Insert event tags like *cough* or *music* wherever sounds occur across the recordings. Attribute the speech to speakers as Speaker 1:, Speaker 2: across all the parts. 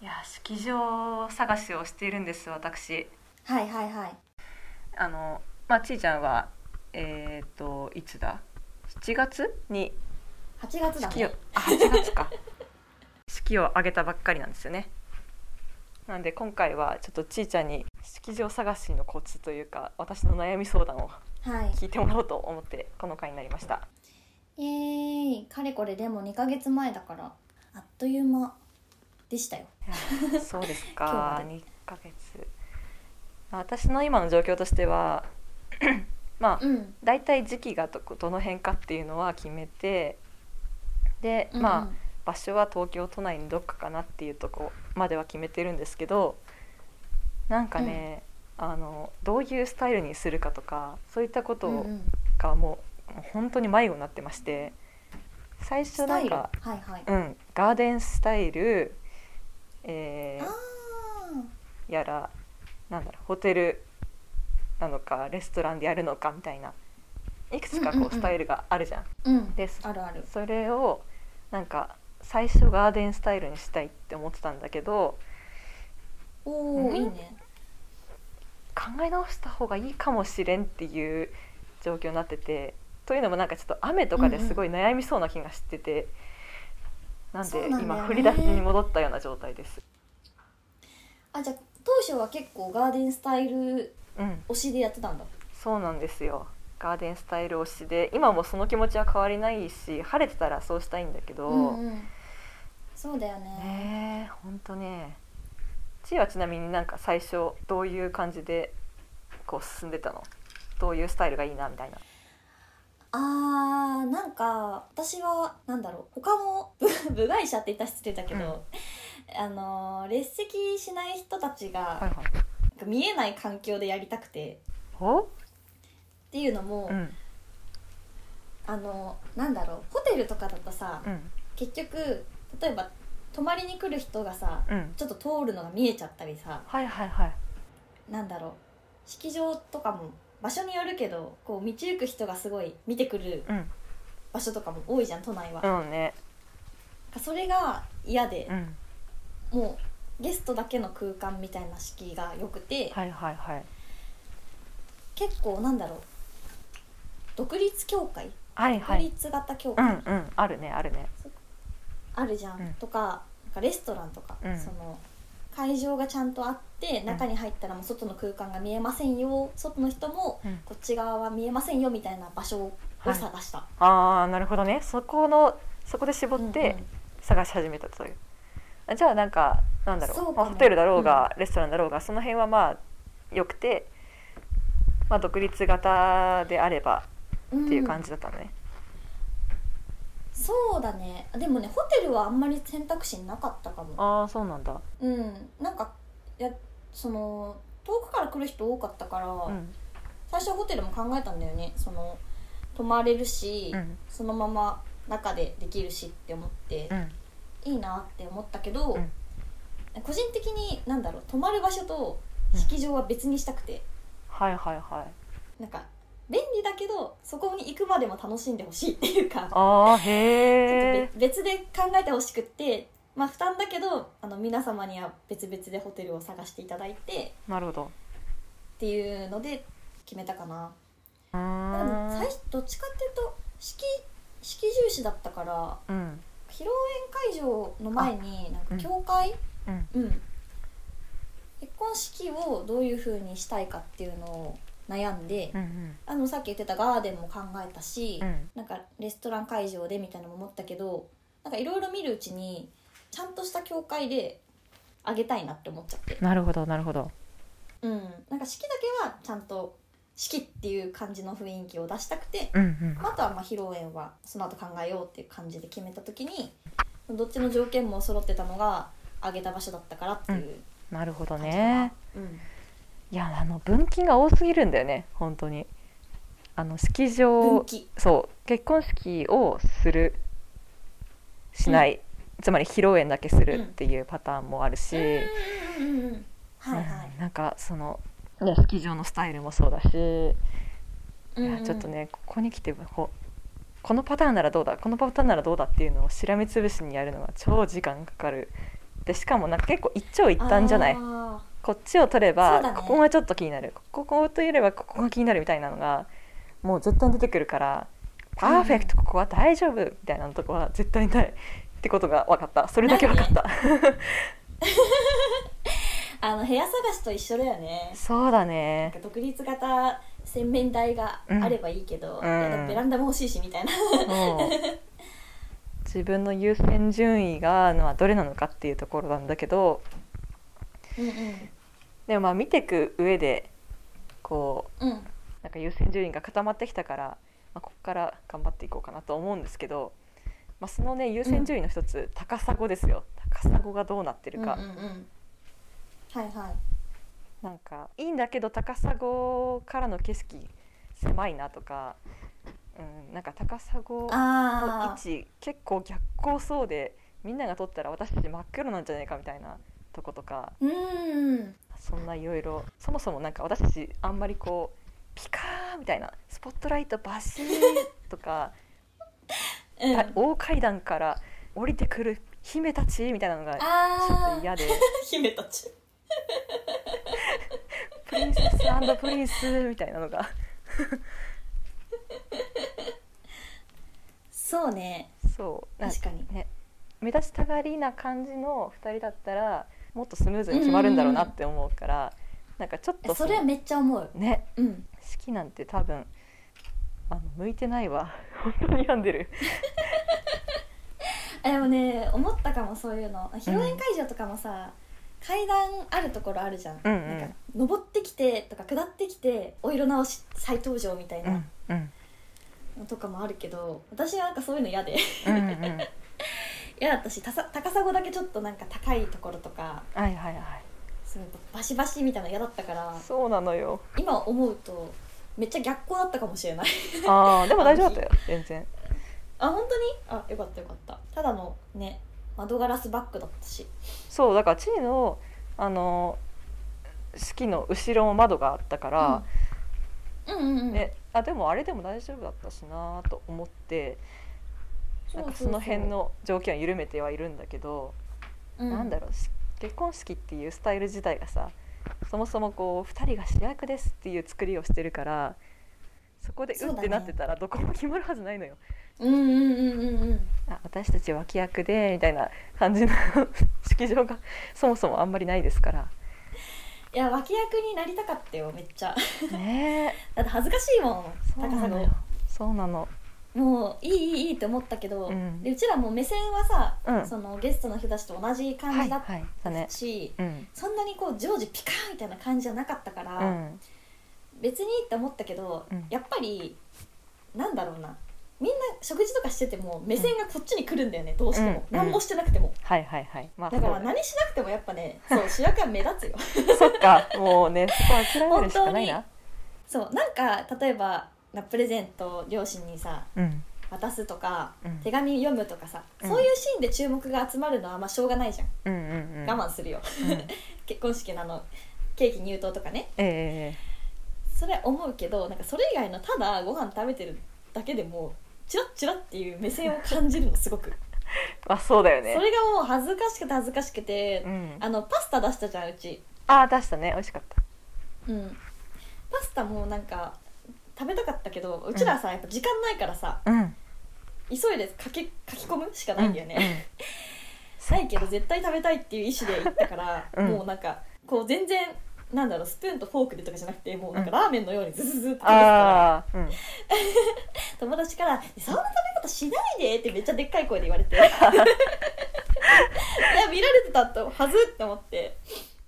Speaker 1: や式場探しをしているんです私
Speaker 2: はいはいはい
Speaker 1: あのまあちーちゃんはえっ、といつだ7月に
Speaker 2: 8月だ
Speaker 1: 式を
Speaker 2: ね
Speaker 1: あ8月か *laughs* 式を挙げたばっかりなんですよねなんで今回はちょっとちーちゃんに式場探しのコツというか私の悩み相談を
Speaker 2: はい
Speaker 1: 聞いてもらおうと思ってこの回になりました
Speaker 2: イエーイかれこれでも2ヶ月前だからあっという間でしたよ
Speaker 1: いやそうです
Speaker 2: 今
Speaker 1: か
Speaker 2: 日まで
Speaker 1: 2ヶ月私の今の状況としては *clears throat* まあ
Speaker 2: うん
Speaker 1: 大体時期がどこどの辺かっていうのは決めてでまあ、
Speaker 2: うんうん
Speaker 1: 場所は東京都内にどっかかなっていうとこまでは決めてるんですけどなんかね、あのどういうスタイルにするかとかそういったこ
Speaker 2: うん
Speaker 1: と
Speaker 2: うん
Speaker 1: がもう,、もう本当に迷子になってまして最初
Speaker 2: ス
Speaker 1: な
Speaker 2: タイ
Speaker 1: ん
Speaker 2: ル
Speaker 1: か
Speaker 2: は、いはいあ
Speaker 1: うん、ガーデンスタイル、えーやらなんだろうホテルなのかレストランでやるのかみたいないくつか
Speaker 2: うんうん
Speaker 1: こ
Speaker 2: うん
Speaker 1: うスタイルがあるじゃん。
Speaker 2: ーうん
Speaker 1: でそ
Speaker 2: あるある
Speaker 1: それをなんか最初ガーデンスタイルにしたいって思ってたんだけど
Speaker 2: おお、
Speaker 1: うん
Speaker 2: いいね
Speaker 1: 考え直した方がいいかもしれんっていう状況になっててというのもなんかちょっと雨とかですごい悩みそうな気がしてて、なん
Speaker 2: そうな
Speaker 1: で
Speaker 2: んだよね
Speaker 1: 今振り出しに戻ったような状態です。
Speaker 2: あじゃあ当初は結構ガーデンスタイル
Speaker 1: うん、
Speaker 2: 推しでやってたんだ
Speaker 1: そうなんですよガーデンスタイル推しで今もその気持ちは変わりないし晴れてたらそうしたいんだけど、
Speaker 2: うんうんそうだよね
Speaker 1: ねえほんとねちいはちなみになんか最初どういう感じでこう進んでたのどういうスタイルがいいなみたいな
Speaker 2: あーなんか私はなんだろう他の部外者って言ったら失礼だけど、あのー列席しない人たちが
Speaker 1: はい
Speaker 2: なんか見えない環境でやりたくて
Speaker 1: お
Speaker 2: っていうのも、
Speaker 1: うん
Speaker 2: あのーなんだろうホテルとかだとさ、
Speaker 1: うん
Speaker 2: 結局例えば泊まりに来る人がさ
Speaker 1: うん
Speaker 2: ちょっと通るのが見えちゃったりさ
Speaker 1: はいはいはい
Speaker 2: なんだろう式場とかも場所によるけどこう道行く人がすごい見てくる
Speaker 1: うん
Speaker 2: 場所とかも多いじゃん都内は、
Speaker 1: うんね
Speaker 2: それが嫌で
Speaker 1: う、ん
Speaker 2: もうゲストだけの空間みたいな式が良くて、
Speaker 1: はいはいはい
Speaker 2: 結構なんだろう独立協会
Speaker 1: はいは
Speaker 2: 独
Speaker 1: い
Speaker 2: 立型協
Speaker 1: う
Speaker 2: 会、
Speaker 1: んうんあるねあるね
Speaker 2: あるじゃん、
Speaker 1: うん
Speaker 2: とかなんかレストランとか、
Speaker 1: うん
Speaker 2: その会場がちゃんとあって中に入ったらもう外の空間が見えませんよ外の人も
Speaker 1: うん
Speaker 2: こっち側は見えませんよみたいな場所を
Speaker 1: はい
Speaker 2: 探した、
Speaker 1: ああなるほどねそこのそこで絞
Speaker 2: うんうん
Speaker 1: って探し始めたという、あじゃあなんかなんだろう
Speaker 2: そうかも
Speaker 1: まあ、ホテルだろうが、レストランだろうがその辺はまあよくて、まあ、独立型であれば
Speaker 2: うん
Speaker 1: っていう感じだったのね、
Speaker 2: そうだねでもねホテルはあんまり選択肢なかったかも
Speaker 1: ああそうなんだ
Speaker 2: うんなんかいやその遠くから来る人多かったから、
Speaker 1: うん
Speaker 2: 最初ホテルも考えたんだよねその泊まれるし、
Speaker 1: うん
Speaker 2: そのまま中でできるしって思って
Speaker 1: う、ん
Speaker 2: いいなって思ったけど、
Speaker 1: うん
Speaker 2: 個人的になんだろう泊まる場所と
Speaker 1: うん
Speaker 2: 式場は別にしたくて、
Speaker 1: はいはいはい
Speaker 2: なんか便利だけどそこに行くまでも楽しんでほしいっていうか
Speaker 1: ああ
Speaker 2: ちょっ
Speaker 1: へえ
Speaker 2: とべ別で考えてほしくって。まあ負担だけどあの皆様には別々でホテルを探していただいて
Speaker 1: なるほど
Speaker 2: っていうので決めたかな
Speaker 1: う
Speaker 2: でも
Speaker 1: ー
Speaker 2: 最
Speaker 1: ん
Speaker 2: 初どっちかっていうと式式重視だったから
Speaker 1: うん
Speaker 2: 披露宴会場の前になん
Speaker 1: う
Speaker 2: か
Speaker 1: ん
Speaker 2: 教会、
Speaker 1: うん
Speaker 2: うん結婚式をどういう風にしたいかっていうのを悩んで、
Speaker 1: うん
Speaker 2: あのさっき言ってたガーデンも考えたし、
Speaker 1: うん
Speaker 2: なんかレストラン会場でみたいなのも思ったけどなんかいろいろ見るうちにちゃんとした教会であげたいなって思っちゃって、
Speaker 1: なるほどなるほど
Speaker 2: うん、なんか式だけはちゃんと式っていう感じの雰囲気を出したくて
Speaker 1: うんうん
Speaker 2: あとはまあ披露宴はその後考えようっていう感じで決めた時にどっちの条件も揃ってたのが挙げた場所だったからっていう
Speaker 1: なるほど
Speaker 2: 感じかな
Speaker 1: ねいやあの分岐が多すぎるんだよね本当にあの式
Speaker 2: うん、
Speaker 1: 場
Speaker 2: 分岐
Speaker 1: そう結婚式をするしない、つまり披露宴だけするっていうパターンもあるし、
Speaker 2: うんうんうんうんはいは
Speaker 1: う
Speaker 2: い
Speaker 1: ん、なんかその、ね、式場のスタイルもそうだし、
Speaker 2: うんうん
Speaker 1: いやちょっとねここに来てこうこのパターンならどうだこのパターンならどうだっていうのをしらみつぶしにやるのが超時間かかるでしかもなんか結構一長一短じゃない
Speaker 2: あ
Speaker 1: こっちを取れば、
Speaker 2: そうだね
Speaker 1: ここがちょっと気になるここを取ればここが気になるみたいなのがもう絶対出てくるからパーフェクトここは大丈夫みたいなとこは絶対ない *laughs* ってことが分かったそれだけ分かった、
Speaker 2: ーあの部屋探しと一緒だよね
Speaker 1: *laughs* そうだ
Speaker 2: なん
Speaker 1: ね
Speaker 2: か独立型洗面台があればいいけ
Speaker 1: うん
Speaker 2: ど、いやでもベランダも欲しいしみたいな
Speaker 1: もう自分の優先順位が、まあ、どれなのかっていうところなんだけど
Speaker 2: うんうん
Speaker 1: でもまあ見ていく上でこう
Speaker 2: うん
Speaker 1: なんか優先順位が固まってきたから、まあ、ここから頑張っていこうかなと思うんですけど、まあ、そのね優先順位の一つ、高砂ですよ高砂がどうなってるか、
Speaker 2: うんうんうんはいはい
Speaker 1: なんかいいんだけど高砂からの景色狭いなとか、うん、なんか高砂の位
Speaker 2: あー
Speaker 1: 置結構逆光そうでみんなが撮ったら私たち真っ黒なんじゃないかみたいなとことか
Speaker 2: うん
Speaker 1: そんないろいろそもそもなんか私たちあんまりこうピカーみたいなスポットライトバシーとか。
Speaker 2: うん
Speaker 1: た大階段から降りてくる姫たちみたいなのがちょっ
Speaker 2: あ
Speaker 1: と
Speaker 2: あ
Speaker 1: 嫌で
Speaker 2: *laughs* 姫たち
Speaker 1: プリンセスプリンスみたいなのが
Speaker 2: そうね
Speaker 1: そうなん
Speaker 2: 確かに
Speaker 1: ね目立ちたがりな感じの2人だったらもっとスムーズに決まるんだろうなって思うから、なんかちょっと
Speaker 2: それはめっちゃ思う
Speaker 1: ね
Speaker 2: うん
Speaker 1: 好きなんて多分あの向いてないわ *laughs* 本当に病んでる
Speaker 2: あでもね思ったかもそういうの披露宴会場とかもさ、階段あるところあるじゃん,、
Speaker 1: うんうん
Speaker 2: なんか登ってきてとか下ってきてお色直し再登場みたいな
Speaker 1: うん
Speaker 2: のとかもあるけど、私はなんかそういうの嫌で *laughs*
Speaker 1: うんうん
Speaker 2: 嫌だったしたさ高砂だけちょっとなんか高いところとか
Speaker 1: はいはいはい
Speaker 2: すごいバシバシみたいなの嫌だったから
Speaker 1: そうなのよ
Speaker 2: 今思うとめっちゃ逆光だったかもし
Speaker 1: *laughs*
Speaker 2: れない
Speaker 1: あーでも大丈夫だったよ全然
Speaker 2: あ本当にあよかったよかったただのね窓ガラスバッグだったし
Speaker 1: そうだからチーのあの式の後ろも窓があったから、
Speaker 2: うんうんうんうん
Speaker 1: ね、あでもあれでも大丈夫だったしなと思ってなんかその辺、の条件を緩めてはいるんだけど、
Speaker 2: ううう
Speaker 1: なんだろうし結婚式っていうスタイル自体がさそもそもこう2人が主役ですっていう作りをしてるからそこで
Speaker 2: そう
Speaker 1: うっ
Speaker 2: だね
Speaker 1: てなってたらどこも決まるはずないのよ。
Speaker 2: うんうんうんうんうん
Speaker 1: あ私たち脇役でみたいな感じの *laughs* 式場がそもそもあんまりないですから。
Speaker 2: いや脇役になりたかったよめっちゃ *laughs*
Speaker 1: ねえ
Speaker 2: だって恥ずかしいもん
Speaker 1: そう
Speaker 2: 高
Speaker 1: な
Speaker 2: さ
Speaker 1: の
Speaker 2: の
Speaker 1: よそうなの
Speaker 2: もういいいいいいって思ったけど、
Speaker 1: うん
Speaker 2: でうちらもう目線はさ、
Speaker 1: うん
Speaker 2: そのゲストの人たちと同じ感じだっ
Speaker 1: はいはいだね
Speaker 2: たし、
Speaker 1: うん
Speaker 2: そんなにこう常時ピカーみたいな感じじゃなかったか
Speaker 1: う
Speaker 2: ら、
Speaker 1: ん
Speaker 2: 別にいいって思ったけど、
Speaker 1: うん
Speaker 2: やっぱりなんだろうなみんな食事とかしてても目線がこっちに来るんだよね、どうしても、
Speaker 1: うん
Speaker 2: 何もしてなくても、
Speaker 1: はいはいはいまあ
Speaker 2: だか
Speaker 1: そ
Speaker 2: ら
Speaker 1: うだね
Speaker 2: 何しなくてもやっぱね
Speaker 1: *laughs*
Speaker 2: そう主役は目立つよ
Speaker 1: そっか *laughs* もうねそこは諦めるしかないな
Speaker 2: そうなんか例えばなプレゼント両親にさ
Speaker 1: うん
Speaker 2: 渡すとか、
Speaker 1: うん
Speaker 2: 手紙読むとかさ、
Speaker 1: うん
Speaker 2: そういうシーンで注目が集まるのはまあしょうがないじゃん、
Speaker 1: うんうんうん
Speaker 2: 我慢するよ
Speaker 1: うん
Speaker 2: 結婚式のあのケーキ入刀とかね
Speaker 1: ええ
Speaker 2: それは思うけどなんかそれ以外のただご飯食べてるだけでもチラッチラッっていう目線を感じるのすごく
Speaker 1: まあそうだよ
Speaker 2: そ
Speaker 1: ね
Speaker 2: れがもう恥ずかしくて恥ずかしくて、
Speaker 1: うん
Speaker 2: あのパスタ出したじゃんうち、
Speaker 1: ああ出したね美味しかった
Speaker 2: うん、パスタもなんか食べたかったけどうちらさやっぱ時間ないからさ
Speaker 1: うん
Speaker 2: 急いで書き書き込むしかないんだよね、ないけど絶対食べたいっていう意思で行ったから、
Speaker 1: うん
Speaker 2: もうなんかこう全然なんだろうスプーンとフォークでとかじゃなくてもうなんか
Speaker 1: うん
Speaker 2: ラーメンのようにズズズって食べてたから
Speaker 1: ああうん
Speaker 2: 友達から「そんな食べ方しないで」ってめっちゃでっかい声で言わ *laughs* れていや見られてたとはずって思って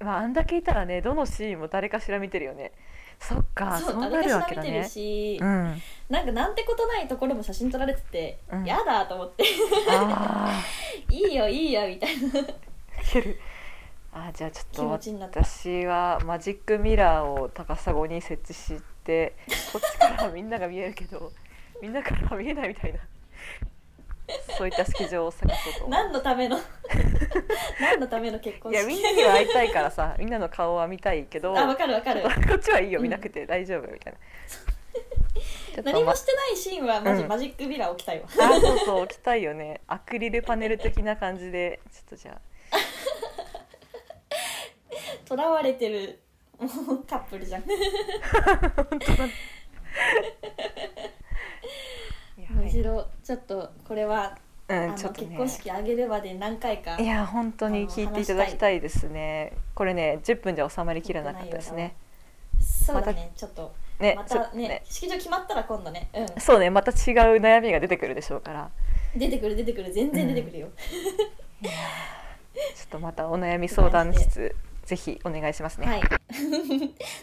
Speaker 1: まああんだけいたらねどのシーンも誰かしら見てるよねそっかそう
Speaker 2: あ
Speaker 1: なるわ
Speaker 2: ら
Speaker 1: け
Speaker 2: 見
Speaker 1: だ
Speaker 2: てる
Speaker 1: ね
Speaker 2: し、
Speaker 1: うんあ
Speaker 2: なんかなんてことないところも写真撮られてて、
Speaker 1: うん
Speaker 2: やだと思って *laughs*
Speaker 1: あ
Speaker 2: 「いいよいいよ」みたいな
Speaker 1: ーいけるあーじゃあち
Speaker 2: 気
Speaker 1: ょ
Speaker 2: 持
Speaker 1: っと
Speaker 2: ちになった。
Speaker 1: 私はマジックミラーを高砂に設置してこっちからみんなが見えるけど *laughs* みんなからは見えないみたいなそういった式場を探そうと思う
Speaker 2: 何のた
Speaker 1: *laughs*
Speaker 2: めの何のための結婚
Speaker 1: い
Speaker 2: 式
Speaker 1: やみんなには会いたいからさみんなの顔は見たいけど
Speaker 2: あわかるわかる
Speaker 1: こっちはいいよ
Speaker 2: うん
Speaker 1: 見なくて大丈夫みたいな、ちょっと
Speaker 2: *laughs* 何
Speaker 1: ま
Speaker 2: もしてないシーンはマジ
Speaker 1: うん
Speaker 2: マジックミラー置きたいわ、
Speaker 1: あそうそう置きたいよねアクリルパネル的な感じでちょっとじゃあ
Speaker 2: とらわれてるもうカップルじゃん
Speaker 1: いや
Speaker 2: むしろちょっとこれは、
Speaker 1: は
Speaker 2: あ
Speaker 1: いうん
Speaker 2: の
Speaker 1: ちょっと
Speaker 2: 結婚
Speaker 1: ね
Speaker 2: 式あげるまで何回か
Speaker 1: いや本当に聞いていただきたいですねこれね10分じゃ収まりきらなかったですね
Speaker 2: そうだねちょっと
Speaker 1: ね
Speaker 2: ま
Speaker 1: ちょったと
Speaker 2: ね式場決まったら今度ね、う
Speaker 1: そうねまた違う悩みが出てくるでしょうから
Speaker 2: ん、出てくる出てくる全然出てくるよ、
Speaker 1: ちょっとまたお悩み相談室ぜひお願いしますね、
Speaker 2: はい *laughs* ち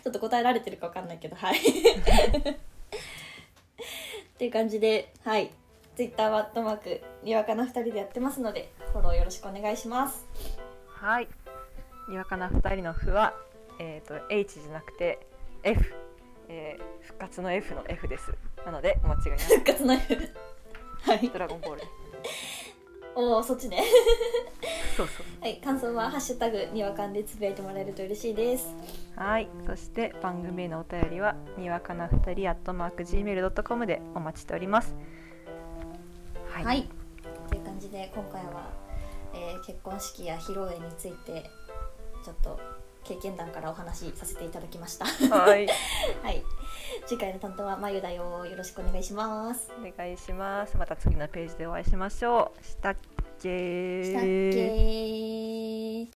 Speaker 2: ょっと答えられてるかわかんないけどはい
Speaker 1: *laughs*
Speaker 2: っていう感じではいツイッターはットマークにわかな2人でやってますのでフォローよろしくお願いします
Speaker 1: はい。にわかな二人のふは、えっ、と H じゃなくて F、えー復活の F の F です。なのでお間違いな *laughs* く。
Speaker 2: 復活の夜はい
Speaker 1: ドラゴンボール。
Speaker 2: おおそっちね
Speaker 1: そうそう。
Speaker 2: はい感想は「ハッシュタグにわかん」でつぶやいてもらえると嬉しいです
Speaker 1: はい。そして番組へのお便りはにわかな二人アットマーク gmail ドットコムでお待ちしております。はい。
Speaker 2: はい、という感じで今回は、えー結婚式や披露宴についてちょっと経験談からお話しさせていただきましたは
Speaker 1: はい。
Speaker 2: い次回の担当はまゆだよよろしくお願いします
Speaker 1: お願いします。また次のページでお会いしましょう。したっけー
Speaker 2: したっけー